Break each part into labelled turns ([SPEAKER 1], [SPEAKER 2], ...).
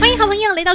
[SPEAKER 1] 欢迎好朋友来到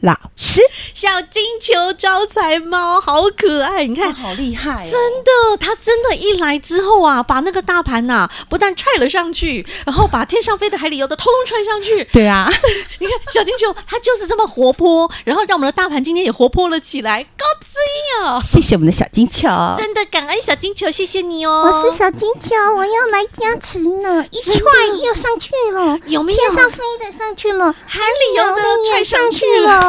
[SPEAKER 2] 老师，
[SPEAKER 1] 小金球招财猫好可爱，你看。
[SPEAKER 2] 好厉害、
[SPEAKER 1] 真的，它真的，一来之后啊，把那个大盘呐、不但踹了上去，然后把天上飞的、海里游的，通通踹上去。
[SPEAKER 2] 对啊，
[SPEAKER 1] 你看小金球，它就是这么活泼，然后让我们的大盘今天也活泼了起来，高追哦！
[SPEAKER 2] 谢谢我们的小金球，
[SPEAKER 1] 真的感恩小金球，谢谢你哦。
[SPEAKER 3] 我是小金条，我要来加持呢！一
[SPEAKER 1] 真的
[SPEAKER 3] 踹又上去了，
[SPEAKER 1] 有没有
[SPEAKER 3] 天上飞的上去了，
[SPEAKER 1] 海里游的
[SPEAKER 3] 你
[SPEAKER 1] 踹
[SPEAKER 3] 也
[SPEAKER 1] 上
[SPEAKER 3] 上
[SPEAKER 1] 去
[SPEAKER 3] 去
[SPEAKER 1] 了。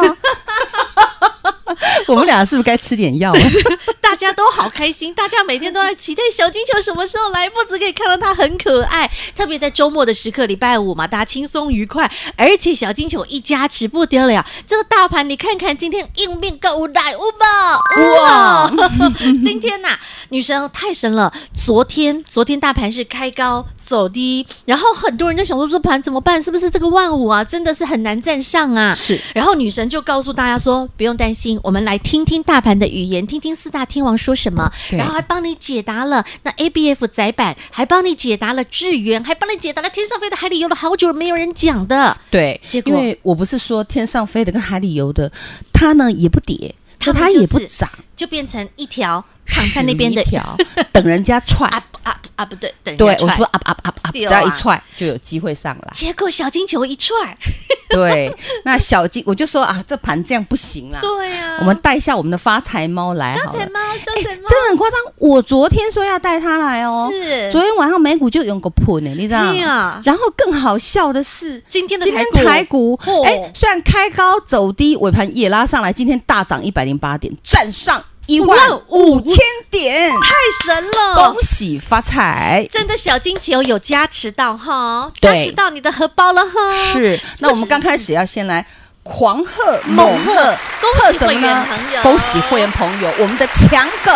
[SPEAKER 3] 了。
[SPEAKER 2] 我们俩是不是该吃点药？啊
[SPEAKER 1] 大家都好开心，大家每天都在期待小金球什么时候来，不止可以看到它很可爱，特别在周末的时刻，礼拜五嘛，大家轻松愉快，而且小金球一加持不得了，这个大盘你看看今天应变购物来五吧，哇， 今天呐、女生太神了，昨天昨天大盘是开高走低，然后很多人在想说这盘怎么办，是不是这个万五啊，真的是很难站上啊，
[SPEAKER 2] 是
[SPEAKER 1] 然后女神就告诉大家说，不用担心，我们来听听大盘的语言，听听四大天王说什么，
[SPEAKER 2] 对
[SPEAKER 1] 然后还帮你解答了那 A B F 窄板，还帮你解答了智源，还帮你解答了天上飞的、海里游了好久没有人讲的。
[SPEAKER 2] 对，
[SPEAKER 1] 结
[SPEAKER 2] 因
[SPEAKER 1] 果
[SPEAKER 2] 为我不是说天上飞的跟海里游的，它呢也不跌，
[SPEAKER 1] 它们
[SPEAKER 2] 它它
[SPEAKER 1] 就是
[SPEAKER 2] 也不涨，
[SPEAKER 1] 就变成一条躺在那边的啊
[SPEAKER 2] 11条等人家 踹。
[SPEAKER 1] up up up 对等人
[SPEAKER 2] 对
[SPEAKER 1] 家，
[SPEAKER 2] 我
[SPEAKER 1] 踹
[SPEAKER 2] 说 up up up up，只
[SPEAKER 1] 对啊
[SPEAKER 2] 要一踹就有机会上来。
[SPEAKER 1] 结果小金球一踹，
[SPEAKER 2] 对，那小金我就说啊，这盘这样不行啦。
[SPEAKER 1] 对呀、啊，
[SPEAKER 2] 我们带一下我们的发财猫来
[SPEAKER 1] 招
[SPEAKER 2] 好
[SPEAKER 1] 财
[SPEAKER 2] 了。
[SPEAKER 1] 猫，招
[SPEAKER 2] 哎
[SPEAKER 1] 财猫、
[SPEAKER 2] 真的很夸张！我昨天说要带它来哦，
[SPEAKER 1] 是
[SPEAKER 2] 昨天晚上美股就用个破呢，你知道
[SPEAKER 1] 对啊
[SPEAKER 2] 吗？然后更好笑的是，
[SPEAKER 1] 今天的
[SPEAKER 2] 今天
[SPEAKER 1] 台股
[SPEAKER 2] 台股
[SPEAKER 1] 哦
[SPEAKER 2] 哎，虽然开高走低，尾盘也拉上来，今天大涨一百零八点，站上一万五千点，
[SPEAKER 1] 太神了，
[SPEAKER 2] 恭喜发财！
[SPEAKER 1] 真的小金球有加持到哈，加
[SPEAKER 2] 对
[SPEAKER 1] 持到你的荷包了哈。
[SPEAKER 2] 是，啊那我们刚开始要先来狂贺猛
[SPEAKER 1] 猛贺
[SPEAKER 2] 贺，
[SPEAKER 1] 恭
[SPEAKER 2] 贺
[SPEAKER 1] 喜
[SPEAKER 2] 什么
[SPEAKER 1] 会员
[SPEAKER 2] 呢
[SPEAKER 1] 朋友哦
[SPEAKER 2] 恭喜会员朋友，我们的强哥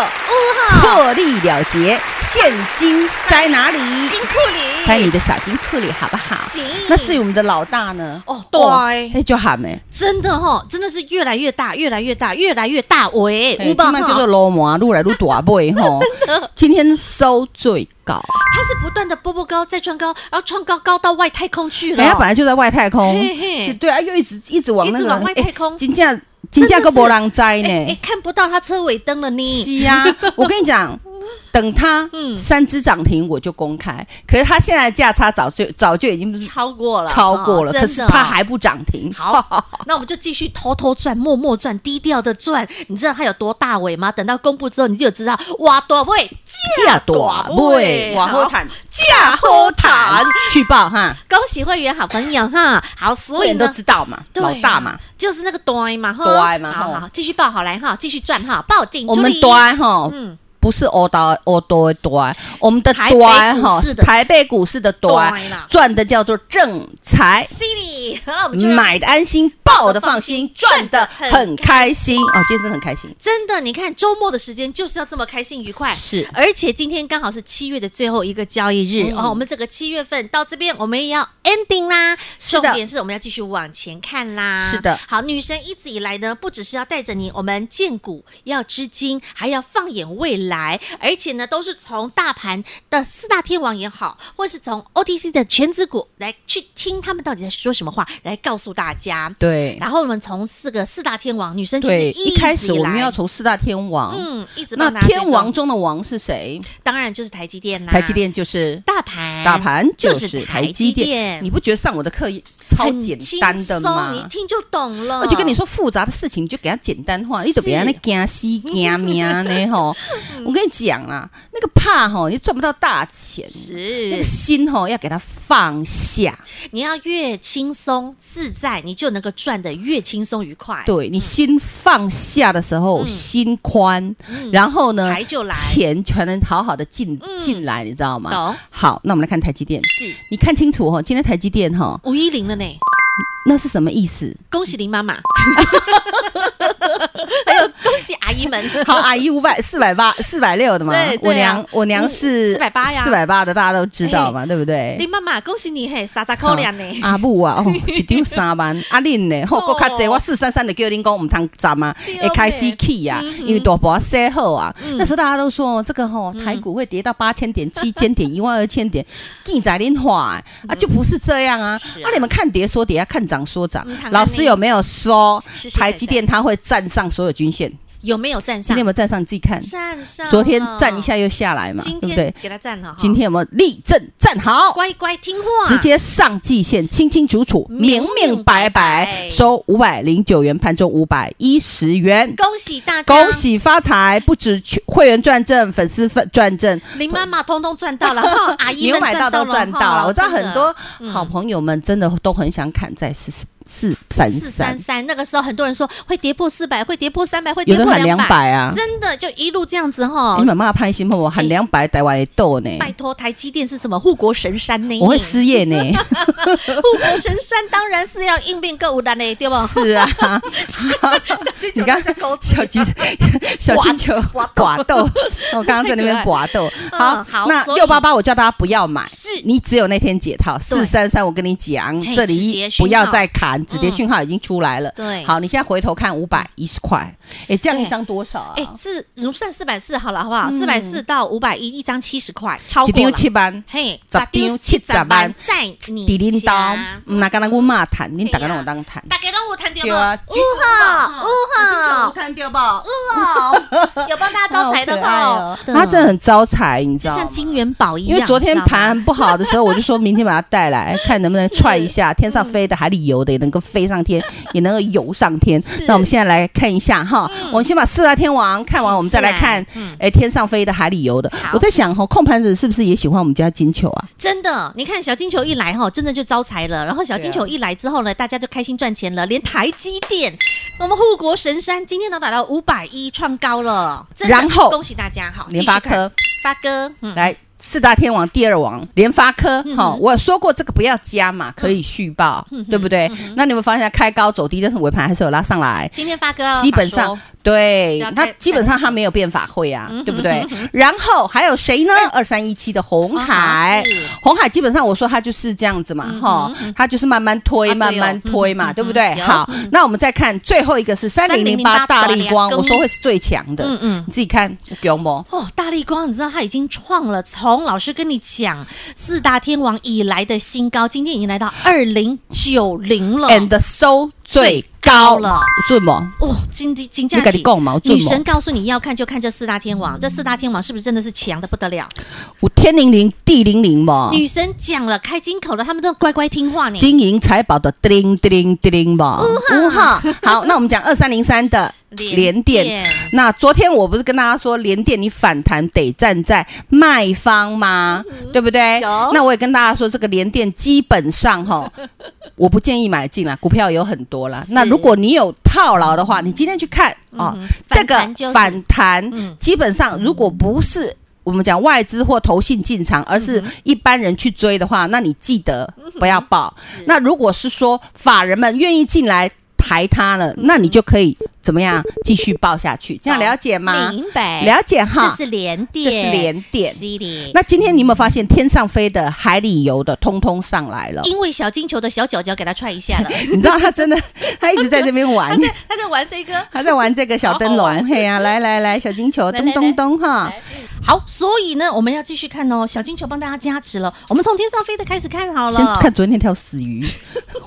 [SPEAKER 2] 获利了结，现金塞哪里？
[SPEAKER 1] 金库里，
[SPEAKER 2] 塞你的小金库里，好不好？
[SPEAKER 1] 行
[SPEAKER 2] 那至于我们的老大呢？
[SPEAKER 1] 哦
[SPEAKER 2] 哇
[SPEAKER 1] 对
[SPEAKER 2] 哎，就喊没，
[SPEAKER 1] 真的哈、真的是越来越大，越来越大，越来越大喂，
[SPEAKER 2] 哎
[SPEAKER 1] 五宝
[SPEAKER 2] 今晚叫做
[SPEAKER 1] 哈，
[SPEAKER 2] 老麻，撸来撸大 背吼。今天收最高，
[SPEAKER 1] 它是不断的波波高再创高，然后创高高到外太空去了。
[SPEAKER 2] 人家哎本来就在外太空
[SPEAKER 1] 嘿，嘿
[SPEAKER 2] 是对啊，又一直一直往那
[SPEAKER 1] 一直
[SPEAKER 2] 个
[SPEAKER 1] 往外
[SPEAKER 2] 哎
[SPEAKER 1] 太空
[SPEAKER 2] 金价金价
[SPEAKER 1] 真的
[SPEAKER 2] 个
[SPEAKER 1] 是
[SPEAKER 2] 没人摘
[SPEAKER 1] 哎
[SPEAKER 2] 呢
[SPEAKER 1] 哎。看不到它车尾灯了呢。
[SPEAKER 2] 是呀、 我跟你讲，等它
[SPEAKER 1] 啊嗯
[SPEAKER 2] 三只涨停我就公开。可是它现在的价差早就早就已经不是
[SPEAKER 1] 超过了，
[SPEAKER 2] 超过了，
[SPEAKER 1] 哦真的
[SPEAKER 2] 可是它还不涨停。
[SPEAKER 1] 好，那我们就继续偷偷赚、默默赚、低调的赚。你知道它有多大尾吗？等到公布之后，你就知道哇，多尾
[SPEAKER 2] 价大尾，往后
[SPEAKER 1] 好
[SPEAKER 2] 谈，价后谈，去报哈，
[SPEAKER 1] 恭喜会员好朋友哈，好，所
[SPEAKER 2] 会
[SPEAKER 1] 以
[SPEAKER 2] 员都
[SPEAKER 1] 呢，
[SPEAKER 2] 知道嘛，
[SPEAKER 1] 对啊
[SPEAKER 2] 老大嘛，，
[SPEAKER 1] 就是那个端嘛哈，
[SPEAKER 2] 端嘛
[SPEAKER 1] 好
[SPEAKER 2] 哈
[SPEAKER 1] 好继续报好来哈，继续赚哈，报进
[SPEAKER 2] 我们
[SPEAKER 1] 注意，
[SPEAKER 2] 端哈，
[SPEAKER 1] 嗯，
[SPEAKER 2] 不是欧刀欧多的端，我们的
[SPEAKER 1] 台北股
[SPEAKER 2] 端哈
[SPEAKER 1] 市的，
[SPEAKER 2] 台北股市的端
[SPEAKER 1] 端啦，
[SPEAKER 2] 赚的叫做正财。
[SPEAKER 1] ，City，那我们就让
[SPEAKER 2] 买的安心，抱的放心，赚的很开心哦！今天真的很开心，
[SPEAKER 1] 真的，你看周末的时间就是要这么开心愉快。
[SPEAKER 2] 是
[SPEAKER 1] 而且今天刚好是七月的最后一个交易日、
[SPEAKER 2] 嗯
[SPEAKER 1] 哦，我们整个七月份到这边我们也要 ending 啦。重
[SPEAKER 2] 的
[SPEAKER 1] 点是我们要继续往前看啦。
[SPEAKER 2] 是的
[SPEAKER 1] 好，女神一直以来呢，不只是要带着你，我们见股要知今，还要放眼未来，而且呢，都是从大盘的四大天王也好，或是从 OTC 的全指股来去听他们到底在说什么话，来告诉大家。
[SPEAKER 2] 对
[SPEAKER 1] 然后我们从四个四大天王，女生其实
[SPEAKER 2] 嗯对，一
[SPEAKER 1] 直
[SPEAKER 2] 开始
[SPEAKER 1] 以
[SPEAKER 2] 我们
[SPEAKER 1] 来
[SPEAKER 2] 要从四大天王，
[SPEAKER 1] 嗯，一直
[SPEAKER 2] 那
[SPEAKER 1] 帮大家追
[SPEAKER 2] 天
[SPEAKER 1] 踪
[SPEAKER 2] 王中的王是谁？
[SPEAKER 1] 当然就是台积电啦，
[SPEAKER 2] 台积电就是
[SPEAKER 1] 大盘，
[SPEAKER 2] 大盘就
[SPEAKER 1] 哎就是是
[SPEAKER 2] 台
[SPEAKER 1] 台
[SPEAKER 2] 积
[SPEAKER 1] 积
[SPEAKER 2] 电，
[SPEAKER 1] 电
[SPEAKER 2] 你不觉得上我的课超
[SPEAKER 1] 很
[SPEAKER 2] 简单的
[SPEAKER 1] 轻松你哦
[SPEAKER 2] 吗？哦
[SPEAKER 1] 听就懂了。
[SPEAKER 2] 我啊 就跟你，说，复杂的事情你就给它简单化，你就别那惊西惊命呢吼。我跟你讲啦，那个怕吼，你赚不到大钱，那个
[SPEAKER 1] 是，
[SPEAKER 2] 心吼要给它放下，
[SPEAKER 1] 你要越轻松自在，你就能够赚得越轻松愉快。
[SPEAKER 2] 对你心放下的时
[SPEAKER 1] 嗯
[SPEAKER 2] 候，心宽，然后呢，
[SPEAKER 1] 财就来嗯
[SPEAKER 2] 钱才能好好的进进来，你知道吗？
[SPEAKER 1] 懂
[SPEAKER 2] 好，那我们来看台积电，
[SPEAKER 1] 是
[SPEAKER 2] 你看清楚哦，今天台积电哈，
[SPEAKER 1] 五一零了呢，
[SPEAKER 2] 那是什么 意思？
[SPEAKER 1] 恭喜林妈妈，还有恭喜阿姨们。
[SPEAKER 2] 好，阿姨五百四百八四百六的嘛
[SPEAKER 1] 对，对啊
[SPEAKER 2] 我娘我娘是
[SPEAKER 1] 嗯480呀哎
[SPEAKER 2] 四百八的大家都知道嘛，对不对
[SPEAKER 1] 林？妈妈，恭喜你嘿，傻傻可怜
[SPEAKER 2] 哦
[SPEAKER 1] 呢。
[SPEAKER 2] 阿母啊，哦，一张三万，阿恁呢？好，
[SPEAKER 1] 哦
[SPEAKER 2] 搁较济，我四三三的叫恁讲毋通站啊，
[SPEAKER 1] 对
[SPEAKER 2] 会开始起啊，因为大盘塞好啊。那时候大家都说这个吼台股会跌到八千点、七千点、一万二千点，记在恁话啊，就不是这样啊。
[SPEAKER 1] 是啊
[SPEAKER 2] 那你们看跌说跌，啊，看涨说涨
[SPEAKER 1] 嗯看看。
[SPEAKER 2] 老师有没有说
[SPEAKER 1] 实实在在
[SPEAKER 2] 台积电它会站上所有均线？
[SPEAKER 1] 有没有站
[SPEAKER 2] 今
[SPEAKER 1] 上
[SPEAKER 2] 天有？没有站上？你自己看。
[SPEAKER 1] 站上了。
[SPEAKER 2] 昨天站一下又下来嘛，
[SPEAKER 1] 今
[SPEAKER 2] 对不
[SPEAKER 1] 天
[SPEAKER 2] 对？
[SPEAKER 1] 给他站了哈。
[SPEAKER 2] 今天有没有立正站好？
[SPEAKER 1] 乖乖听话，
[SPEAKER 2] 直接上季线，清清楚楚，
[SPEAKER 1] 明
[SPEAKER 2] 明
[SPEAKER 1] 明
[SPEAKER 2] 明
[SPEAKER 1] 白
[SPEAKER 2] 白
[SPEAKER 1] 白
[SPEAKER 2] 白，收五百零九元，盘中五百一十元。
[SPEAKER 1] 恭喜大家，
[SPEAKER 2] 恭喜发财！不止去会员赚正，粉丝分赚正，
[SPEAKER 1] 林妈妈通通赚到 了，哈，阿姨
[SPEAKER 2] 你
[SPEAKER 1] 们
[SPEAKER 2] 有买到都赚
[SPEAKER 1] 赚
[SPEAKER 2] 到
[SPEAKER 1] 到
[SPEAKER 2] 了。
[SPEAKER 1] 了，
[SPEAKER 2] 我知道
[SPEAKER 1] 真的嗯
[SPEAKER 2] 很多好朋友们真的都很想砍在四四三
[SPEAKER 1] 四三
[SPEAKER 2] 三，
[SPEAKER 1] 三，那个时候很多人说会跌破四百，会跌破三百，会跌
[SPEAKER 2] 有的
[SPEAKER 1] 破
[SPEAKER 2] 喊
[SPEAKER 1] 两
[SPEAKER 2] 两百啊。哎
[SPEAKER 1] 真的哦就一路这样子哈
[SPEAKER 2] 你。们妈拍心我喊两百，台湾也斗呢，
[SPEAKER 1] 拜托，台积电是什么护国神山呢？
[SPEAKER 2] 我会失业呢。
[SPEAKER 1] 哎护国神山当然是要应变购物的呢，对 不？
[SPEAKER 2] 是 啊，你刚小鸡 小金球寡斗，我刚刚在那边寡斗。好
[SPEAKER 1] 嗯好
[SPEAKER 2] 那
[SPEAKER 1] 所以
[SPEAKER 2] 六八八我叫大家不要买，
[SPEAKER 1] 是
[SPEAKER 2] 你只有那天解套。
[SPEAKER 1] 对
[SPEAKER 2] 四三三我跟你讲
[SPEAKER 1] 嘿，
[SPEAKER 2] 这
[SPEAKER 1] 止跌讯
[SPEAKER 2] 里
[SPEAKER 1] 号嗯
[SPEAKER 2] 不要再砍，止跌讯号已经出来了。
[SPEAKER 1] 对
[SPEAKER 2] 好，你现在回头看五百一十块，哎，这样一张多少啊？
[SPEAKER 1] 哎，是如算四百四好了，好不好？四百四到五百一，一张七十块，超
[SPEAKER 2] 一
[SPEAKER 1] 过了。
[SPEAKER 2] 张嗯七万。
[SPEAKER 1] 嘿，
[SPEAKER 2] 十张七十万
[SPEAKER 1] 在
[SPEAKER 2] 伫
[SPEAKER 1] 你
[SPEAKER 2] 恁
[SPEAKER 1] 家，
[SPEAKER 2] 家，嗯，那敢若阮妈谈，恁大家拢有当谈。
[SPEAKER 1] 大家都有谈到
[SPEAKER 2] 对啊
[SPEAKER 1] 吗？有啊哈，有哈，
[SPEAKER 2] 谈对吧？
[SPEAKER 1] 哦，有帮大嗯家招财的哦，
[SPEAKER 2] 他真的很招财，你知
[SPEAKER 1] 就
[SPEAKER 2] 道吗
[SPEAKER 1] 像？金元宝一
[SPEAKER 2] 嗯因
[SPEAKER 1] 样。
[SPEAKER 2] 为昨天
[SPEAKER 1] 你知道吗
[SPEAKER 2] 盘不好的时候，我就说明天把它带来，看能不能踹一下，天上飞的、海里游的，也能够飞上 天，也能够游上天。那我们现在来看一下哈，
[SPEAKER 1] 嗯
[SPEAKER 2] 我们先把四大天王看完，我们再来看，哎，天上飞的、海里游的。我在想哈，控盘者是不是也喜欢我们家金球啊？
[SPEAKER 1] 真的，你看小金球一来哈，真的就招财了。然后小金球一来之后呢，大家就开心赚钱了，连台积电，我们护国神山今天都打到五百一创高了，真的
[SPEAKER 2] 然后
[SPEAKER 1] 恭喜大家好，
[SPEAKER 2] 联发
[SPEAKER 1] 继续看
[SPEAKER 2] 科
[SPEAKER 1] 发哥，嗯，
[SPEAKER 2] 来。四大天王第二王联发科，哈，我说过这个不要加嘛，可以续报，
[SPEAKER 1] 嗯
[SPEAKER 2] 对不对？那你们发现开高走低，但是尾盘还是有拉上来，
[SPEAKER 1] 今天发哥要
[SPEAKER 2] 基本上
[SPEAKER 1] 啊法说
[SPEAKER 2] 对
[SPEAKER 1] 要，
[SPEAKER 2] 那
[SPEAKER 1] 看
[SPEAKER 2] 基本上他没有变法会
[SPEAKER 1] 嗯
[SPEAKER 2] 啊，对不对？然后还有谁呢？二三一七的红海
[SPEAKER 1] 哦哎是，嗯
[SPEAKER 2] 红海基本上我说它就是这样子嘛，哈，它就是慢慢推，
[SPEAKER 1] 啊对哦
[SPEAKER 2] 慢慢推嘛，
[SPEAKER 1] 嗯
[SPEAKER 2] 对不对？
[SPEAKER 1] 有
[SPEAKER 2] 好，那我们再看最后一个是三零零
[SPEAKER 1] 3008
[SPEAKER 2] 八大力光，
[SPEAKER 1] 大力光
[SPEAKER 2] 我说会是最强的
[SPEAKER 1] 嗯，嗯
[SPEAKER 2] 你自己看有吗？
[SPEAKER 1] 哦，大力光，你知道他已经创了从老师跟你讲四大天王以来的新高，今天已经来到二零九零了。
[SPEAKER 2] ，and 收最
[SPEAKER 1] 最高
[SPEAKER 2] 高
[SPEAKER 1] 了
[SPEAKER 2] 了，准吗？
[SPEAKER 1] 哦，今天金价
[SPEAKER 2] 你跟你讲嘛，准
[SPEAKER 1] 女
[SPEAKER 2] 吗
[SPEAKER 1] 神？告诉你要看就看这四大天
[SPEAKER 2] 嗯
[SPEAKER 1] 王，这四大天王是不是真的是强的不得了？
[SPEAKER 2] 我天灵灵地灵灵嘛，
[SPEAKER 1] 女神讲了，开金口了，他们都乖乖听话呢。
[SPEAKER 2] 金银财宝的叮叮叮吧，呜哈。好，那我们讲二三零三的联电。那昨天我不是跟大家说联电你反弹得站在卖方吗？对不对？
[SPEAKER 1] 嗯有
[SPEAKER 2] 那我也跟大家说，这个联电基本上 哈，我不建议买进啦，股票有很多啦。那如果你有套牢的话，你今天去看啊，这
[SPEAKER 1] 嗯反弹就是
[SPEAKER 2] 个反弹
[SPEAKER 1] 嗯
[SPEAKER 2] 基本上如果不是。我们讲外资或投信进场，而
[SPEAKER 1] 嗯
[SPEAKER 2] 是一般人去追的话，那你记得不要报。
[SPEAKER 1] 嗯
[SPEAKER 2] 那如果是说法人们愿意进来抬它
[SPEAKER 1] 嗯
[SPEAKER 2] 了，那你就可以怎么样继续报下去？这样了解吗？
[SPEAKER 1] 明白，
[SPEAKER 2] 了解
[SPEAKER 1] 这
[SPEAKER 2] 哈，
[SPEAKER 1] 是连电，
[SPEAKER 2] 这是连点。
[SPEAKER 1] 是的
[SPEAKER 2] 那今天你有没有发现天上飞的、海里游的，通通上来了？
[SPEAKER 1] 因为小金球的小脚脚给他踹一 下了，
[SPEAKER 2] 你知道他 真的，他一直在这边玩。
[SPEAKER 1] 他在玩这个。
[SPEAKER 2] 他在玩这个小灯
[SPEAKER 1] 好好
[SPEAKER 2] 笼，
[SPEAKER 1] 玩
[SPEAKER 2] 嘿呀、来来来，小金球，
[SPEAKER 1] 来
[SPEAKER 2] 咚咚咚哈
[SPEAKER 1] 来，好，所以呢，我们要继续看哦。小金球帮大家加持了，我们从天上飞的开始看好
[SPEAKER 2] 先
[SPEAKER 1] 了。
[SPEAKER 2] 看昨天那条死鱼，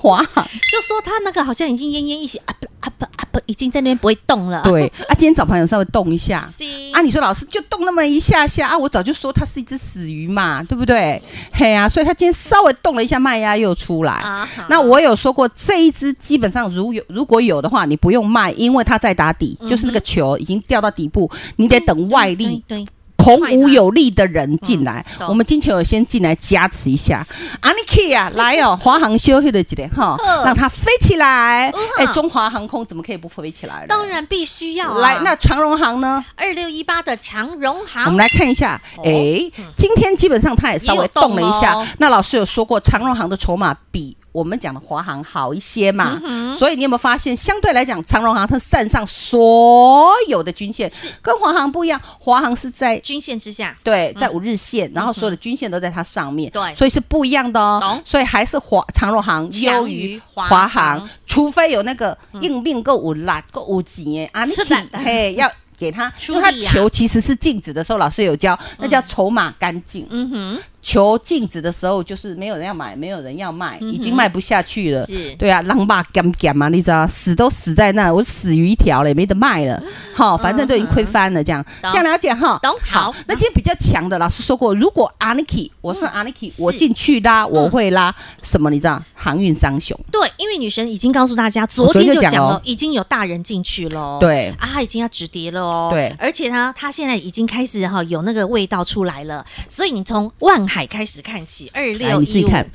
[SPEAKER 2] 哇，
[SPEAKER 1] 就说他那个好像已经奄奄一息，up up up 已经在那边不会动 了。
[SPEAKER 2] 对啊，今天早盘有稍微动一下。
[SPEAKER 1] 是
[SPEAKER 2] 啊，你说老师就动那么一下下啊，我早就说它是一只死鱼嘛，对不对？嘿啊，所以它今天稍微动了一下，卖压又出来。
[SPEAKER 1] 啊
[SPEAKER 2] 那我有说过，这一只基本上如有如果有的话，你不用卖，因为它在打底，
[SPEAKER 1] 嗯
[SPEAKER 2] 就是那个球已经掉到底部，你得等外力
[SPEAKER 1] 对，对
[SPEAKER 2] 孔武有力的人进来
[SPEAKER 1] 嗯。懂
[SPEAKER 2] 我们金球有先进来加持一下，啊，你去啊，来哦，华航休息的几点哈
[SPEAKER 1] 嗯，
[SPEAKER 2] 让它飞起来。
[SPEAKER 1] 哈
[SPEAKER 2] 哎，中华航空怎么可以不飞起来呢？
[SPEAKER 1] 当然必须要啊
[SPEAKER 2] 来，那长荣航呢？
[SPEAKER 1] 二六一八的长荣
[SPEAKER 2] 我
[SPEAKER 1] 行
[SPEAKER 2] 们来看一下，
[SPEAKER 1] 哦
[SPEAKER 2] 诶，今天基本上它也稍微动了一
[SPEAKER 1] 也有
[SPEAKER 2] 下
[SPEAKER 1] 动哦。
[SPEAKER 2] 那老师有说过，长荣行的筹码比我们讲的华航好一些嘛，
[SPEAKER 1] 嗯
[SPEAKER 2] 所以你有没有发现，相对来讲，长荣行它站上所有的均线，跟华航不一样，华航是在。
[SPEAKER 1] 均线之下，
[SPEAKER 2] 对，在五日线，然后所有的均线都在它上面，
[SPEAKER 1] 嗯对
[SPEAKER 2] 所以是不一样的哦
[SPEAKER 1] 懂。
[SPEAKER 2] 所以还是华长荣行
[SPEAKER 1] 强
[SPEAKER 2] 优
[SPEAKER 1] 于
[SPEAKER 2] 于
[SPEAKER 1] 华
[SPEAKER 2] 华
[SPEAKER 1] 航嗯
[SPEAKER 2] 航，除非有那个硬命够五拉够五级啊，你
[SPEAKER 1] 出力
[SPEAKER 2] 嘿要给他，
[SPEAKER 1] 出
[SPEAKER 2] 因为他
[SPEAKER 1] 力呀啊
[SPEAKER 2] 球其实是静止的时候，老师有教，那叫筹码干净。
[SPEAKER 1] 嗯哼，
[SPEAKER 2] 球静止的时候，就是没有人要买，没有人要卖，已经卖不下去了。
[SPEAKER 1] 嗯是
[SPEAKER 2] 对啊，浪霸干干嘛，你知道，死都死在那，我死鱼一条了，也没得卖了。好，反正都已经亏翻了，这样
[SPEAKER 1] 嗯懂
[SPEAKER 2] 这样了解哈。
[SPEAKER 1] 懂好嗯
[SPEAKER 2] 那今天比较强的，老师说过，如果 Aniki，我是 Aniki，我进去拉，我会拉什么？你知道，航运商雄。
[SPEAKER 1] 对，因为女神已经告诉大家，昨
[SPEAKER 2] 昨
[SPEAKER 1] 天就
[SPEAKER 2] 天就讲
[SPEAKER 1] 讲了
[SPEAKER 2] 了，哦
[SPEAKER 1] 已经有大人进去了，
[SPEAKER 2] 对
[SPEAKER 1] 啊，它已经要止跌了哦，
[SPEAKER 2] 对
[SPEAKER 1] 而且呢，它现在已经开始哈有那个味道出来了，所以你从万海开始看起，二
[SPEAKER 2] 来
[SPEAKER 1] 六
[SPEAKER 2] 哎你自
[SPEAKER 1] 一
[SPEAKER 2] 己
[SPEAKER 1] 五，啊
[SPEAKER 2] 看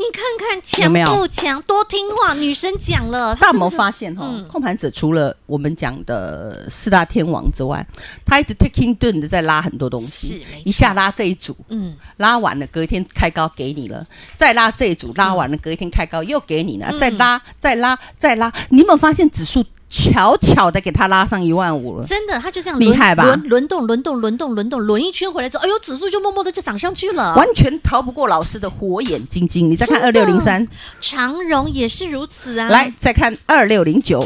[SPEAKER 1] 你看看
[SPEAKER 2] 有
[SPEAKER 1] 强
[SPEAKER 2] 没有
[SPEAKER 1] 不强，多听话，女神讲了，
[SPEAKER 2] 大
[SPEAKER 1] 她
[SPEAKER 2] 家有
[SPEAKER 1] 真
[SPEAKER 2] 没
[SPEAKER 1] 的
[SPEAKER 2] 有
[SPEAKER 1] 是
[SPEAKER 2] 发现哈
[SPEAKER 1] 嗯？
[SPEAKER 2] 控盘者除了我们讲的四大天王之外，他一直 taking turn 的在拉很多东西
[SPEAKER 1] 是没，错
[SPEAKER 2] 一下拉这一组，
[SPEAKER 1] 嗯，
[SPEAKER 2] 拉完了，隔一天开高给你了，再拉这一
[SPEAKER 1] 嗯
[SPEAKER 2] 组，拉完了，隔一天开高又给你了，再拉，再拉，再拉。你有没有发现指数悄悄的给它拉上一万五了？
[SPEAKER 1] 真的，它就这样
[SPEAKER 2] 厉
[SPEAKER 1] 轮
[SPEAKER 2] 害吧
[SPEAKER 1] 轮轮动，轮动，轮动，轮动，轮一圈回来之后，哎呦，指数就默默的就涨上去了。
[SPEAKER 2] 完全逃不过老师的火眼金睛。你再看二
[SPEAKER 1] 啊真的
[SPEAKER 2] 六零三，
[SPEAKER 1] 长荣也是如此啊，
[SPEAKER 2] 来再看二六零九，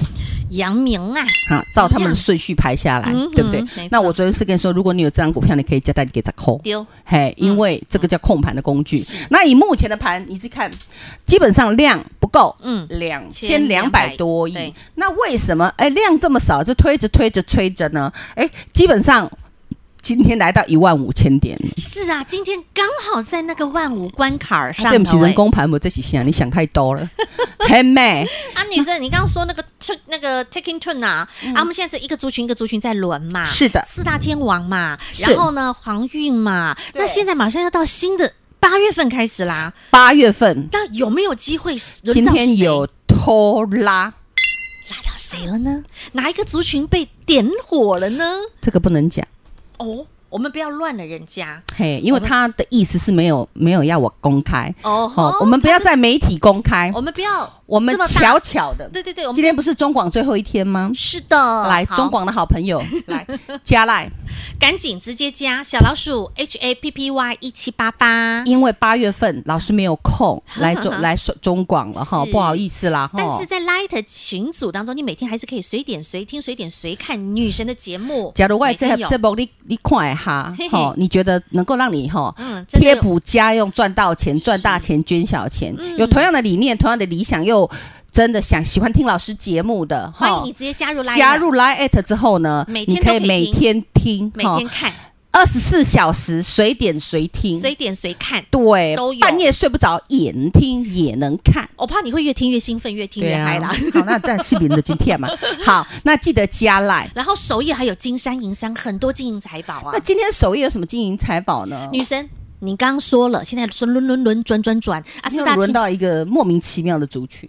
[SPEAKER 1] 阳明啊，
[SPEAKER 2] 啊，照他们的顺序排下来
[SPEAKER 1] 嗯，
[SPEAKER 2] 对不对
[SPEAKER 1] 嗯没错？嗯
[SPEAKER 2] 那我昨天是跟你说，如果你有这张股票，你可以加单给它扣。
[SPEAKER 1] 丢
[SPEAKER 2] 嘿，因为这个叫控盘的工具。那以目前的盘，你去看，基本上量不够，
[SPEAKER 1] 嗯
[SPEAKER 2] 嗯，两千两
[SPEAKER 1] 2200
[SPEAKER 2] 百多亿
[SPEAKER 1] 对。
[SPEAKER 2] 那为什么哎量这么少，就推着推着推着呢？哎，基本上今天来到一万五千点，
[SPEAKER 1] 是啊，今天刚好在那个万五关坎儿上
[SPEAKER 2] 这不是
[SPEAKER 1] 头、
[SPEAKER 2] 人
[SPEAKER 1] 欸。
[SPEAKER 2] 工盘，我这起想你想太多了， 很美。
[SPEAKER 1] 啊，女生，你刚刚说那个 t 那个 taking turn 啊，啊，我们现在这一个族群一个族群在轮嘛，
[SPEAKER 2] 嗯是的
[SPEAKER 1] 四大天王嘛，
[SPEAKER 2] 是
[SPEAKER 1] 然后呢，航运嘛，
[SPEAKER 2] 对
[SPEAKER 1] 那现在马上要到新的八月份开始啦，
[SPEAKER 2] 八月份
[SPEAKER 1] 那有没有机会轮到
[SPEAKER 2] 今天
[SPEAKER 1] 谁
[SPEAKER 2] 有拖拉，
[SPEAKER 1] 拉到谁了呢？哪一个族群被点火了呢？
[SPEAKER 2] 这个不能讲。
[SPEAKER 1] 哦，我们不要乱了人家
[SPEAKER 2] 嘿，因为他的意思是没有没有要我公开，
[SPEAKER 1] 哦吼
[SPEAKER 2] 哦，我们不要在媒体公开，
[SPEAKER 1] 我们不要，
[SPEAKER 2] 我们
[SPEAKER 1] 这么大
[SPEAKER 2] 巧巧的，
[SPEAKER 1] 对对对，我们
[SPEAKER 2] 今天不是中广最后一天吗？
[SPEAKER 1] 是的，
[SPEAKER 2] 来，
[SPEAKER 1] 好
[SPEAKER 2] 中广的好 朋友来加赖，
[SPEAKER 1] 赶紧直接加小老鼠 H A P P Y 一七八八。
[SPEAKER 2] 因为八月份老师没有 空来中来中中广了哈，
[SPEAKER 1] 是
[SPEAKER 2] 不好意思啦哈。
[SPEAKER 1] 但是在 Light 群组当中，你每天还是可以随点随听、随点随看女神的节目。
[SPEAKER 2] 假如外这
[SPEAKER 1] 每天有
[SPEAKER 2] 这波你你看一下
[SPEAKER 1] 嘿嘿
[SPEAKER 2] 哈，你觉得能够让你哈
[SPEAKER 1] 嗯真的有
[SPEAKER 2] 贴补家用赚到钱赚大钱捐小钱，
[SPEAKER 1] 嗯
[SPEAKER 2] 有同样的理念同样的理想又真的想喜欢听老师节目的哈
[SPEAKER 1] 欢迎你直接加入 Light，
[SPEAKER 2] 加入 Line at 之后呢，
[SPEAKER 1] 每天
[SPEAKER 2] 你
[SPEAKER 1] 都可
[SPEAKER 2] 可
[SPEAKER 1] 以
[SPEAKER 2] 以每
[SPEAKER 1] 听
[SPEAKER 2] 天听，
[SPEAKER 1] 每
[SPEAKER 2] 哈
[SPEAKER 1] 天看、
[SPEAKER 2] 二十四小时随点随听，
[SPEAKER 1] 随点随看。
[SPEAKER 2] 对
[SPEAKER 1] 都有，
[SPEAKER 2] 半夜睡不着也能听也能 看。啊
[SPEAKER 1] 我怕你会越听越兴奋，越听越嗨啦。
[SPEAKER 2] 好，那在视频的今 天嘛，好，那记得加 Line。
[SPEAKER 1] 然后首页还有金山银山，很多金银财宝啊哦
[SPEAKER 2] 那。今天首页有什么金银财宝呢？
[SPEAKER 1] 女神，你刚刚说了，现在轮轮轮轮转转转啊，四
[SPEAKER 2] 又
[SPEAKER 1] 大
[SPEAKER 2] 轮
[SPEAKER 1] 天
[SPEAKER 2] 到一个莫名其妙的族群，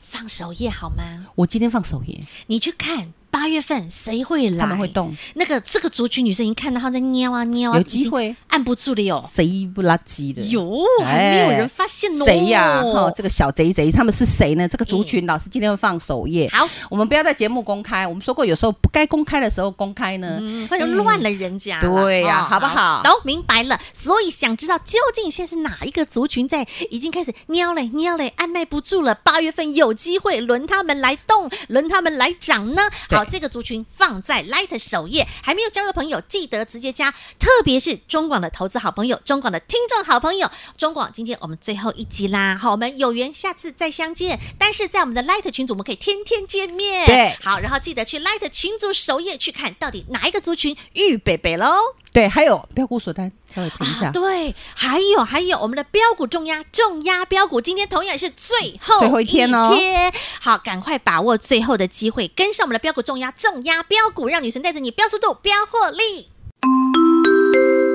[SPEAKER 1] 放首页好吗？
[SPEAKER 2] 我今天放首页，
[SPEAKER 1] 你去看八月份谁会来？
[SPEAKER 2] 他们会动，
[SPEAKER 1] 那个这个族群女生已经看到她在喵啊喵啊，
[SPEAKER 2] 有机会
[SPEAKER 1] 已经按不住了哟。
[SPEAKER 2] 谁不垃圾的？
[SPEAKER 1] 有，还没有人发现哦。
[SPEAKER 2] 哎谁呀？哈，这个小贼贼他们是谁呢？这个族群，老师今天会放首页。
[SPEAKER 1] 嗯好，
[SPEAKER 2] 我们不要在节目公开，我们说过有时候不该公开的时候公开呢，
[SPEAKER 1] 嗯，会乱了人家哦了。
[SPEAKER 2] 对呀好不好
[SPEAKER 1] 都明白了。所以想知道究竟现在是哪一个族群在已经开始喵嘞喵嘞，按耐不住了。八月份有机会轮他们来动，轮他们来涨呢。
[SPEAKER 2] 对
[SPEAKER 1] 好，这个族群放在 Light 首页，还没有加入的朋友记得直接加，特别是中广的投资好朋友、中广的听众好朋友，中广今天我们最后一集啦，好，我们有缘下次再相见，但是在我们的 Light 群组，我们可以天天见面，
[SPEAKER 2] 对
[SPEAKER 1] 好，然后记得去 Light 群组首页去看到底哪一个族群预备备喽。
[SPEAKER 2] 对，还有标股锁单，稍微停一下。
[SPEAKER 1] 啊，对，还有还有，我们的标股重压重压标股，今天同样也是最后
[SPEAKER 2] 最后一天哦
[SPEAKER 1] 天好，赶快把握最后的机会，跟上我们的标股重压重压标股，让女神带着你标速度、标获利。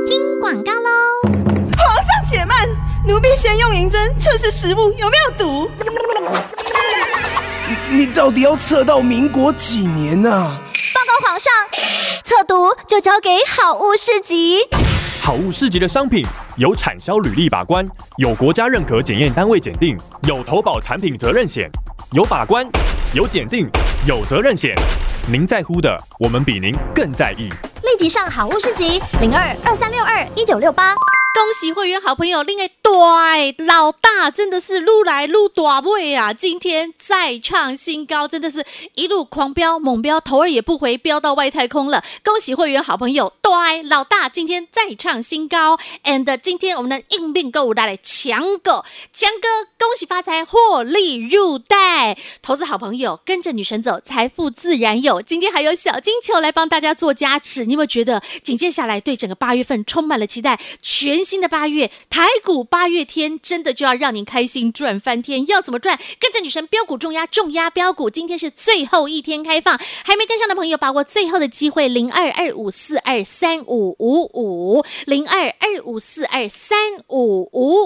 [SPEAKER 1] 听广告喽。
[SPEAKER 4] 且慢，奴婢先用银针测试食物有没有毒。
[SPEAKER 5] 你到底要测到民国几年呐、啊？
[SPEAKER 3] 告皇上，测毒就交给好物市集。
[SPEAKER 6] 好物市集的商品有产销履历把关，有国家认可检验单位检定，有投保产品责任险，有把关，有检定，有责任险。您在乎的，我们比您更在意。
[SPEAKER 7] 立即上好物市集零二二三六二一九六八。
[SPEAKER 1] 恭喜会员好朋友，另外对老大真的是撸来撸短位啊！今天再创新高，真的是一路狂飙猛飙，头儿也不回，飙到外太空了。恭喜会员好朋友，对老大今天再创新高，and 呃今天我们的应变购物带来强购，强哥恭喜发财，获利入袋。投资好朋友跟着女神走，财富自然有。今天还有小金球来帮大家做加持，你有没有觉得紧接下来对整个八月份充满了期待？全新的八月，台股八月天真的就要让您开心赚翻天。要怎么赚？跟着女神标股重压，重压标股。今天是最后一天开放，还没跟上的朋友把握最后的机会，零二二五四二三五五五，零二二五四二三五五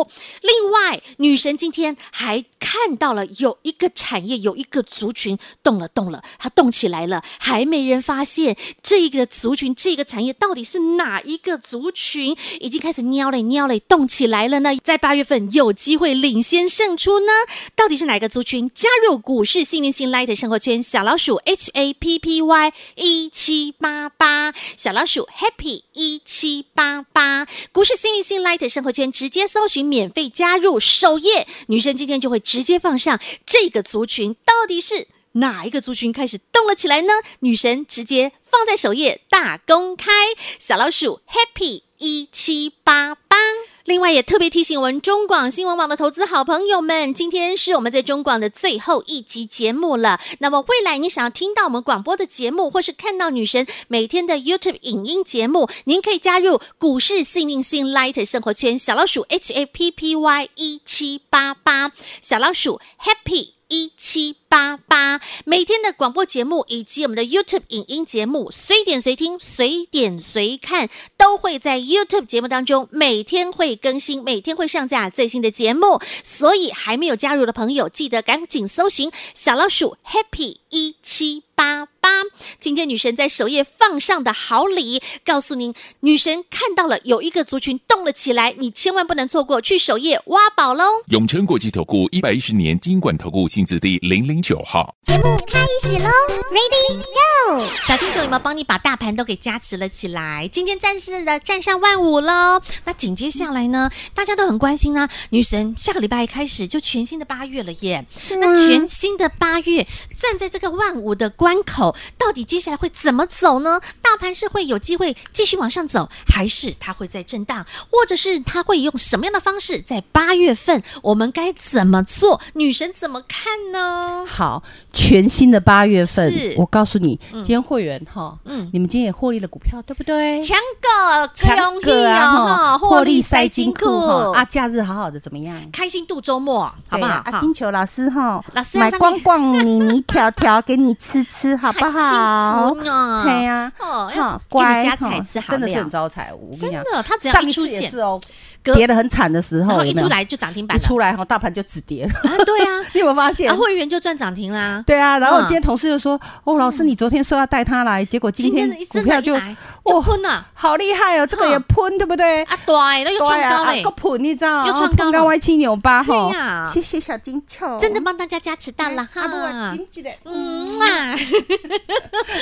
[SPEAKER 1] 五。另外，女神今天还看到了有一个产业，有一个族群动了动了，它动起来了，还没人发现这一个族群、这个产业到底是哪一个族群，已经开始喵嘞喵嘞动起来了呢？在八月份有机会领先胜出呢？到底是哪个族群？加入股市幸运星 Light 生活圈，小老鼠 H A P P Y 一七八八，小老鼠 Happy 一七八八，股市幸运星 Light 生活圈直接搜寻免费加入首页，女生今天就会直接放上这个族群到底是。哪一个族群开始动了起来呢？女神直接放在首页大公开，小老鼠 Happy 一七八八。另外也特别提醒我们中广新闻网的投资好朋友们，今天是我们在中广的最后一集节目了。那么未来你想要听到我们广播的节目，或是看到女神每天的 YouTube 影音节目，您可以加入股市幸运星 Light 生活圈小老鼠 H A P P Y 一七八八小老鼠 Happy。一七八八，每天的广播节目以及我们的 YouTube 影音节目，随点随听，随点随看，都会在 YouTube 节目当中每天会更新，每天会上架最新的节目。所以还没有加入的朋友，记得赶紧搜寻小老鼠 Happy 一七八八。今天女神在首页放上的好礼，告诉您，女神看到了有一个族群动了起来，你千万不能错过，去首页挖宝喽！
[SPEAKER 8] 永诚国际投顾一百一十年金管投顾性质第零零九号。
[SPEAKER 3] 节目开始喽，Ready Go！
[SPEAKER 1] 小金球有没有帮你把大盘都给加持了起来？今天战士的站上万五喽。那紧接下来呢，大家都很关心啊，女神下个礼拜开始就全新的八月了耶。
[SPEAKER 3] 嗯
[SPEAKER 1] 那全新的八月站在这个万五的关口，到底接下来会怎么走呢？大盘是会有机会继续往上走，还是它会在震荡，或者是它会用什么样的方式？在八月份我们该怎么做？女神怎么看呢？
[SPEAKER 2] 好，全新的八月份
[SPEAKER 1] 是，
[SPEAKER 2] 我告诉你，今天会员哈，
[SPEAKER 1] 嗯
[SPEAKER 2] 你们今天也获利了股票，对不对？
[SPEAKER 1] 强哥，
[SPEAKER 2] 强
[SPEAKER 1] 容易
[SPEAKER 2] 哥啊
[SPEAKER 1] 哦，
[SPEAKER 2] 哈
[SPEAKER 1] 哈获利塞金库
[SPEAKER 2] 哈啊，
[SPEAKER 1] 啊，
[SPEAKER 2] 假日好好的怎么样？
[SPEAKER 1] 开心度周末，好不
[SPEAKER 2] 对
[SPEAKER 1] 好
[SPEAKER 2] 啊？啊，
[SPEAKER 1] 好
[SPEAKER 2] 金球老师哈，
[SPEAKER 1] 老师
[SPEAKER 2] 买
[SPEAKER 1] 帮你
[SPEAKER 2] 光逛你泥条条给你吃吃，好啊不好
[SPEAKER 1] 好幸福？呢
[SPEAKER 2] 对呀，
[SPEAKER 1] 哦要
[SPEAKER 2] 哈
[SPEAKER 1] 给你家财吃
[SPEAKER 2] 哈
[SPEAKER 1] 好
[SPEAKER 2] 真的是
[SPEAKER 1] 料
[SPEAKER 2] 很招财。我跟你讲
[SPEAKER 1] 真，的，他只要
[SPEAKER 2] 啊上
[SPEAKER 1] 一
[SPEAKER 2] 一
[SPEAKER 1] 出
[SPEAKER 2] 次也
[SPEAKER 1] 现
[SPEAKER 2] 是，哦，
[SPEAKER 1] 隔
[SPEAKER 2] 跌得很惨的时
[SPEAKER 1] 然
[SPEAKER 2] 候，
[SPEAKER 1] 后一
[SPEAKER 2] 有没有
[SPEAKER 1] 出来就涨停板
[SPEAKER 2] 一
[SPEAKER 1] 了，
[SPEAKER 2] 出来哈，大盘就止跌了。
[SPEAKER 1] 啊，对啊，
[SPEAKER 2] 你有没有发现
[SPEAKER 1] 啊，？会员就赚涨停啦。
[SPEAKER 2] 对啊，然后
[SPEAKER 1] 嗯
[SPEAKER 2] 今天同事就说：“哦，老师，你昨天说要带他来，结果今
[SPEAKER 1] 今天
[SPEAKER 2] 天股
[SPEAKER 1] 真的
[SPEAKER 2] 票
[SPEAKER 1] 一
[SPEAKER 2] 就
[SPEAKER 1] 来就喷了
[SPEAKER 2] 好厉害哦，这个也
[SPEAKER 1] 哼
[SPEAKER 2] 喷，对不对？啊
[SPEAKER 1] 啊，对，那又创高嘞
[SPEAKER 2] 个，喷你知道，
[SPEAKER 1] 又
[SPEAKER 2] 哦
[SPEAKER 1] 创高
[SPEAKER 2] 碰
[SPEAKER 1] 了
[SPEAKER 2] 到歪七扭八
[SPEAKER 1] 对
[SPEAKER 2] 哈。
[SPEAKER 4] 啊
[SPEAKER 1] 呀，哦
[SPEAKER 2] 谢谢小金球，
[SPEAKER 1] 真的帮大家加持到了
[SPEAKER 3] 哎
[SPEAKER 2] 啊，不过
[SPEAKER 1] 哈。
[SPEAKER 2] 紧紧的，
[SPEAKER 1] 嗯 啊，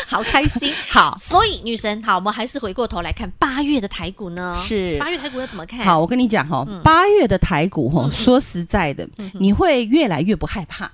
[SPEAKER 1] 好开心，好，所以女神，好，我们还是回过头来看八月的台股呢，
[SPEAKER 2] 是
[SPEAKER 1] 八月台股要怎么看？
[SPEAKER 2] 好，，我跟你讲哈，
[SPEAKER 1] 嗯
[SPEAKER 2] 八月的台股哈，说实在的，你会越来越不害怕。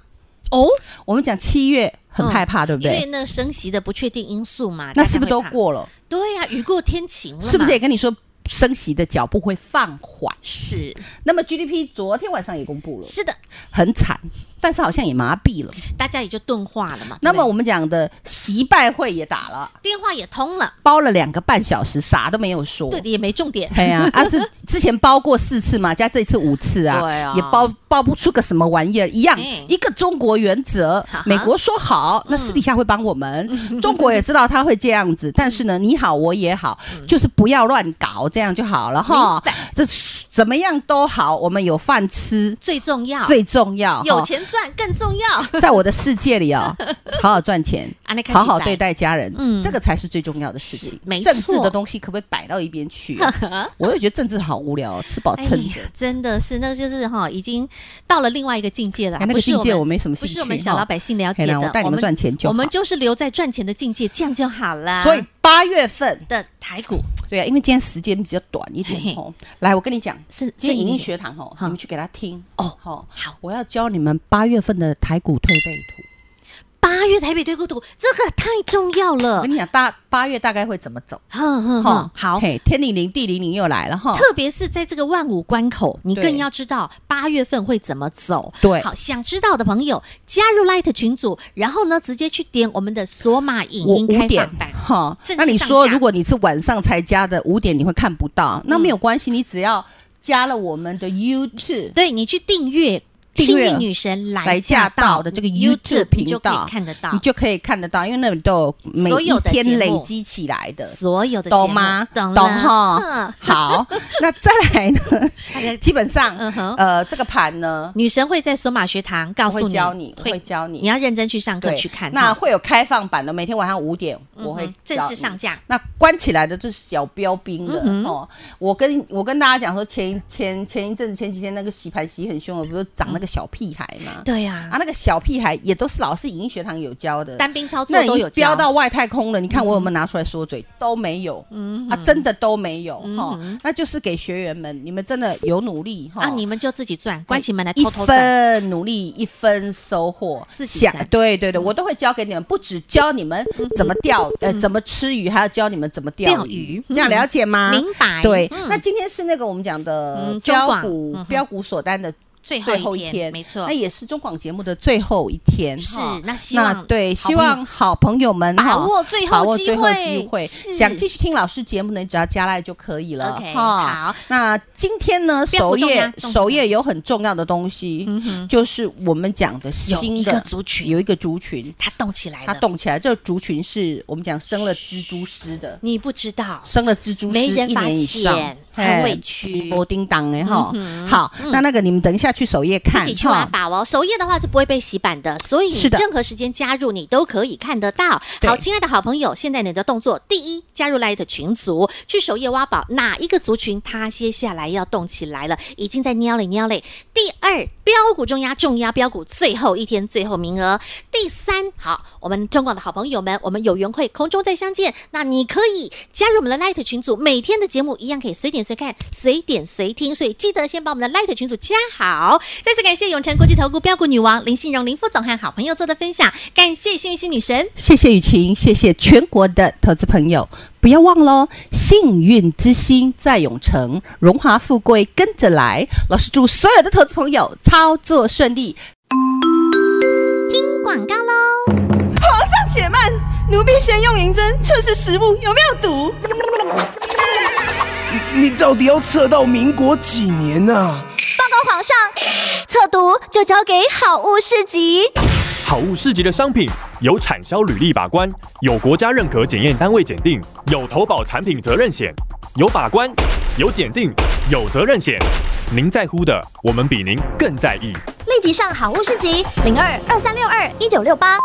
[SPEAKER 1] 哦，嗯
[SPEAKER 2] 我们讲七月很害怕，对不
[SPEAKER 1] 因为
[SPEAKER 2] 对？
[SPEAKER 1] 那升息的不确定因素嘛，
[SPEAKER 2] 那
[SPEAKER 1] 啊大家
[SPEAKER 2] 是不是都
[SPEAKER 1] 会怕？
[SPEAKER 2] 过了？
[SPEAKER 1] 对呀、啊雨过天晴了嘛，
[SPEAKER 2] 是不是也跟你说升息的脚步会放缓？
[SPEAKER 1] 是
[SPEAKER 2] 那么 GDP 昨天晚上也公布了，
[SPEAKER 1] 是的，
[SPEAKER 2] 很惨，但是好像也麻痹了。
[SPEAKER 1] 大家也就钝化了嘛。
[SPEAKER 2] 那
[SPEAKER 1] 对不
[SPEAKER 2] 么
[SPEAKER 1] 对
[SPEAKER 2] 我们讲的习拜会也打了，
[SPEAKER 1] 电话也通了，
[SPEAKER 2] 包了两个半小时，啥都没有说。
[SPEAKER 1] 对，也没重点。
[SPEAKER 2] 哎呀，啊，这之前包过四次嘛，加这次五次啊，
[SPEAKER 1] 对啊
[SPEAKER 2] 也包包不出个什么玩意儿，一样、
[SPEAKER 1] 嗯
[SPEAKER 2] 一个中国原则
[SPEAKER 1] 哈哈，嗯
[SPEAKER 2] 美国说好，那私底下会帮我 们，中国也知道他会这样子，但是呢，你好我也好，
[SPEAKER 1] 嗯
[SPEAKER 2] 就是不要乱搞，这样就好了哈。这怎么样都好，我们有饭吃
[SPEAKER 1] 最重要，
[SPEAKER 2] 最重要，
[SPEAKER 1] 有
[SPEAKER 2] 哈
[SPEAKER 1] 钱赚更重要。
[SPEAKER 2] 在我的世界里哦，好好赚钱
[SPEAKER 1] 啊那，开始
[SPEAKER 2] 好好
[SPEAKER 1] 在
[SPEAKER 2] 对待家人，
[SPEAKER 1] 嗯
[SPEAKER 2] 这个才是最重要的事情。
[SPEAKER 1] 没
[SPEAKER 2] 政治
[SPEAKER 1] 错
[SPEAKER 2] 的东西可不可以摆到一 边去啊、我就觉得政治好无聊哦，吃饱
[SPEAKER 1] 哎
[SPEAKER 2] 撑着。
[SPEAKER 1] 呀，真的是，那就是哈，已经到了另外一个境界了。
[SPEAKER 2] 哎那个
[SPEAKER 1] 不是
[SPEAKER 2] 境界我
[SPEAKER 1] 们
[SPEAKER 2] 没什么兴
[SPEAKER 1] 不是我们
[SPEAKER 2] 趣
[SPEAKER 1] 小
[SPEAKER 2] 哈
[SPEAKER 1] 老百姓了解
[SPEAKER 2] 嘿啦
[SPEAKER 1] 的。
[SPEAKER 2] 我带你们赚钱就
[SPEAKER 1] 我们
[SPEAKER 2] 好
[SPEAKER 1] 就是留在赚钱的境界，这样就好了。
[SPEAKER 2] 所以八月份，
[SPEAKER 1] 的台股
[SPEAKER 2] 对啊，因为今天时间比较短一点
[SPEAKER 1] 嘿嘿
[SPEAKER 2] 哦。来，我跟你讲，
[SPEAKER 1] 是
[SPEAKER 2] 今天
[SPEAKER 1] 是
[SPEAKER 2] 影
[SPEAKER 1] 你
[SPEAKER 2] 音
[SPEAKER 1] 的
[SPEAKER 2] 学堂哦，
[SPEAKER 1] 哈
[SPEAKER 2] 你们去给他听
[SPEAKER 1] 哦
[SPEAKER 2] 好，
[SPEAKER 1] 好
[SPEAKER 2] 我要教你们八月份的台股推背图。
[SPEAKER 1] 八月台北对股图，这个太重要
[SPEAKER 2] 我
[SPEAKER 1] 了
[SPEAKER 2] 跟。你讲，大八月大概会怎么走？
[SPEAKER 1] 哼哦嗯哼
[SPEAKER 2] 哈
[SPEAKER 1] 哼，，好。
[SPEAKER 2] 哦嘿，天灵灵，地灵灵又来了哈。
[SPEAKER 1] 特别是在这个万五关口，你
[SPEAKER 2] 对
[SPEAKER 1] 更要知道八月份会怎么走。
[SPEAKER 2] 对
[SPEAKER 1] 好，想知道的朋友加入 Light 群组，然后呢，直接去点我们的索马影
[SPEAKER 2] 我
[SPEAKER 1] 音
[SPEAKER 2] 五
[SPEAKER 1] 开
[SPEAKER 2] 点
[SPEAKER 1] 放版。
[SPEAKER 2] 哈
[SPEAKER 1] 正，式
[SPEAKER 2] 那你
[SPEAKER 1] 上
[SPEAKER 2] 说
[SPEAKER 1] 架
[SPEAKER 2] 如果你是晚上才加的，五点你会看不到，那没有关系，你只要加了我们的 YouTube
[SPEAKER 1] 对你去订阅《
[SPEAKER 2] 订
[SPEAKER 1] 幸
[SPEAKER 2] 阅
[SPEAKER 1] 运女神
[SPEAKER 2] 来
[SPEAKER 1] 来
[SPEAKER 2] 驾
[SPEAKER 1] 驾
[SPEAKER 2] 到
[SPEAKER 1] 到》
[SPEAKER 2] 的这个
[SPEAKER 1] YouTube 你
[SPEAKER 2] YouTube 频
[SPEAKER 1] 就可以
[SPEAKER 2] 道，
[SPEAKER 1] 看得到
[SPEAKER 2] 你就可以看得到，因为那里都有每
[SPEAKER 1] 所
[SPEAKER 2] 一
[SPEAKER 1] 有的节
[SPEAKER 2] 天
[SPEAKER 1] 目
[SPEAKER 2] 累积起来的。
[SPEAKER 1] 所有的节目
[SPEAKER 2] 懂吗？
[SPEAKER 1] 懂了
[SPEAKER 2] 懂哈
[SPEAKER 1] 嗯。
[SPEAKER 2] 好，那再来呢？ 基本上
[SPEAKER 1] 嗯，哼
[SPEAKER 2] 呃，这个盘呢，
[SPEAKER 1] 女神会在索马学堂告
[SPEAKER 2] 我
[SPEAKER 1] 诉
[SPEAKER 2] 会
[SPEAKER 1] 你，
[SPEAKER 2] 教你，我会教你，
[SPEAKER 1] 你要认真去上课
[SPEAKER 2] 对
[SPEAKER 1] 去看。
[SPEAKER 2] 那
[SPEAKER 1] 哈
[SPEAKER 2] 会有开放版的，每天晚上五点我会
[SPEAKER 1] 嗯哼正
[SPEAKER 2] 教
[SPEAKER 1] 式
[SPEAKER 2] 你
[SPEAKER 1] 上架。
[SPEAKER 2] 那关起来的就是小标兵了、
[SPEAKER 1] 嗯
[SPEAKER 2] 哦。我跟我跟大家讲说前，前前一阵子前几天那个洗盘洗很凶的，不是长那个小屁孩吗？
[SPEAKER 1] 对呀
[SPEAKER 2] 啊，，那个小屁孩也都是老师影音学堂有教的，
[SPEAKER 1] 单兵操作
[SPEAKER 2] 那
[SPEAKER 1] 都
[SPEAKER 2] 已
[SPEAKER 1] 有
[SPEAKER 2] 经飙
[SPEAKER 1] 教
[SPEAKER 2] 到外太空了。你看我有没有拿出来说嘴？都没有，
[SPEAKER 1] 嗯
[SPEAKER 2] 啊，真的都没有哈。那就是给学员们，你们真的有努力哈。
[SPEAKER 1] 啊，你们就自己赚，关起门来
[SPEAKER 2] 一
[SPEAKER 1] 偷偷赚。
[SPEAKER 2] 分努力，一分收获。
[SPEAKER 1] 自己嗯赚
[SPEAKER 2] 对对对，我都会教给你们，不只教你们怎么钓，呃，怎么吃鱼，还要教你们怎么
[SPEAKER 1] 嗯
[SPEAKER 2] 钓
[SPEAKER 1] 钓
[SPEAKER 2] 鱼嗯
[SPEAKER 1] 鱼，
[SPEAKER 2] 这样了解吗？
[SPEAKER 1] 明白
[SPEAKER 2] 啊对
[SPEAKER 1] 嗯，
[SPEAKER 2] 那今天是那个我们讲的
[SPEAKER 1] 嗯中
[SPEAKER 2] 标
[SPEAKER 1] 广
[SPEAKER 2] 股
[SPEAKER 1] 嗯哼
[SPEAKER 2] 标股锁单的。
[SPEAKER 1] 最后一
[SPEAKER 2] 最后一
[SPEAKER 1] 天
[SPEAKER 2] 天，
[SPEAKER 1] 没错
[SPEAKER 2] 那也是中广节目的最后一天。
[SPEAKER 1] 是
[SPEAKER 2] 哈
[SPEAKER 1] 那希望
[SPEAKER 2] 对，
[SPEAKER 1] 好
[SPEAKER 2] 希
[SPEAKER 1] 朋友
[SPEAKER 2] 望好朋友们
[SPEAKER 1] 把
[SPEAKER 2] 哈
[SPEAKER 1] 握最后
[SPEAKER 2] 把握
[SPEAKER 1] 机
[SPEAKER 2] 最后
[SPEAKER 1] 会
[SPEAKER 2] 机会，
[SPEAKER 1] 是
[SPEAKER 2] 想继续听老师节目呢，你只要加来就可以了。
[SPEAKER 1] OK，
[SPEAKER 2] 哈
[SPEAKER 1] 好，
[SPEAKER 2] 那今天呢，
[SPEAKER 1] 不要
[SPEAKER 2] 首
[SPEAKER 1] 不重要
[SPEAKER 2] 页
[SPEAKER 1] 重
[SPEAKER 2] 首页
[SPEAKER 1] 点
[SPEAKER 2] 有很重要的东西，就是我们讲的新
[SPEAKER 1] 一个
[SPEAKER 2] 的
[SPEAKER 1] 族群
[SPEAKER 2] 有一个族群，
[SPEAKER 1] 它动起来
[SPEAKER 2] 它
[SPEAKER 1] 了，
[SPEAKER 2] 动起来。这个族群是我们讲生了蜘蛛丝的，
[SPEAKER 1] 你不知道，
[SPEAKER 2] 生了蜘蛛丝
[SPEAKER 1] 哦没人
[SPEAKER 2] 一
[SPEAKER 1] 发
[SPEAKER 2] 年以上
[SPEAKER 1] 现，
[SPEAKER 2] 嘿
[SPEAKER 1] 很委屈
[SPEAKER 2] 我叮当哎哈。好，那那个你们等一下去首页看
[SPEAKER 1] 嗯自己去
[SPEAKER 2] 哈
[SPEAKER 1] 玩。吧哦。首页的话是不会被洗版的，所以你
[SPEAKER 2] 是的
[SPEAKER 1] 任何时间加入你都可以看得到。
[SPEAKER 2] 对
[SPEAKER 1] 好，亲爱的好朋友，现在你的动作，第一，加入 Light 群组，去首页挖宝，哪一个族群它接下来要动起来了，已经在喵嘞喵嘞。第二，标股重压重压标股，最后一天最后名额。第三，好，我们中广的好朋友们，我们有缘会空中再相见，那你可以加入我们的 Light 群组，每天的节目一样可以随点随看，随点随听，所以记得先把我们的 Light 群组加好。再次感谢永诚国际投顾标股女王林信荣林副总和好朋友做的分享，感谢幸运星女神。
[SPEAKER 2] 谢谢雨晴，谢谢全国的投资朋友，不要忘喽！幸运之星在永城，荣华富贵跟着来。老师祝所有的投资朋友操作顺利，
[SPEAKER 1] 广告喽。
[SPEAKER 4] 皇上且慢，奴婢先用银针测试食物有没有毒。
[SPEAKER 5] 你到底要测到民国几年啊？
[SPEAKER 3] 报告皇上，测毒就交给好物市集。
[SPEAKER 6] 好物市集的商品有产销履历把关，有国家认可检验单位检定，有投保产品责任险，有把关，有检定，有责任险。您在乎的，我们比您更在意。
[SPEAKER 7] 立即上好物市集零二二三六二一九六八。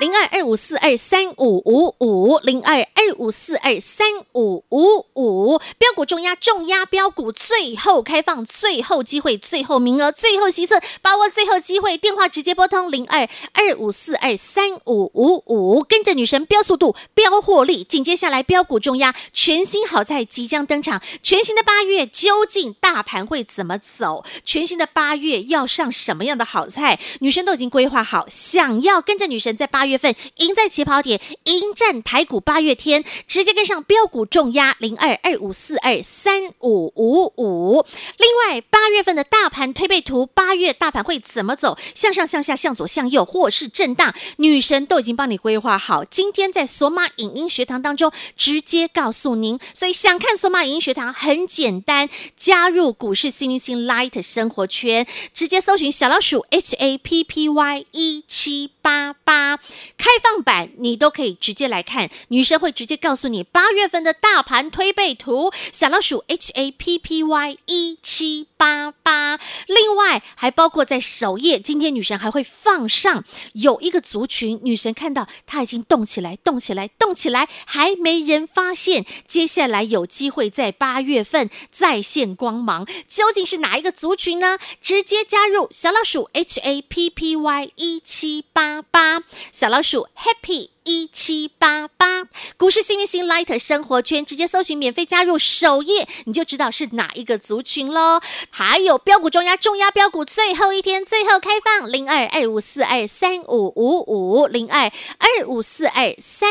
[SPEAKER 1] 零二二五四二三五五五，零二二五四二三五五五，标股重压重压标股，最后开放，最后机会，最后名额，最后席次，把握最后机会，电话直接拨通零二二五四二三五五五，跟着女神飙速度，飙获利。紧接下来，标股重压全新好菜即将登场，全新的八月究竟大盘会怎么走？全新的八月要上什么样的好菜？女神都已经规划好，想要跟着女神在八。月。八月份，赢在起跑点，迎战台股八月天，直接跟上标股重压零二二五四二三五五五。另外，八月份的大盘推背图，八月大盘会怎么走？向上、向下、向左、向右，或是震荡，女神都已经帮你规划好。今天在索马影音学堂当中直接告诉您，所以想看索马影音学堂很简单，加入股市幸运星 Light 生活圈，直接搜寻小老鼠 H A P P Y 一七八八，开放版你都可以直接来看，女神会直接告诉你八月份的大盘推背图，小老鼠 H A P P Y 一七八八，另外还包括在首页，今天女神还会放上有一个族群，女神看到它已经动起来，动起来，动起来，还没人发现，接下来有机会在八月份再现光芒，究竟是哪一个族群呢？直接加入小老鼠 H A P P Y 一七八八，小老鼠 Happy。一七八八，股市幸运星 Light 生活圈，直接搜寻免费加入首页，你就知道是哪一个族群喽。还有标股重压，重压标股，最后一天，最后开放零二二五四二三五五五零二二五四二三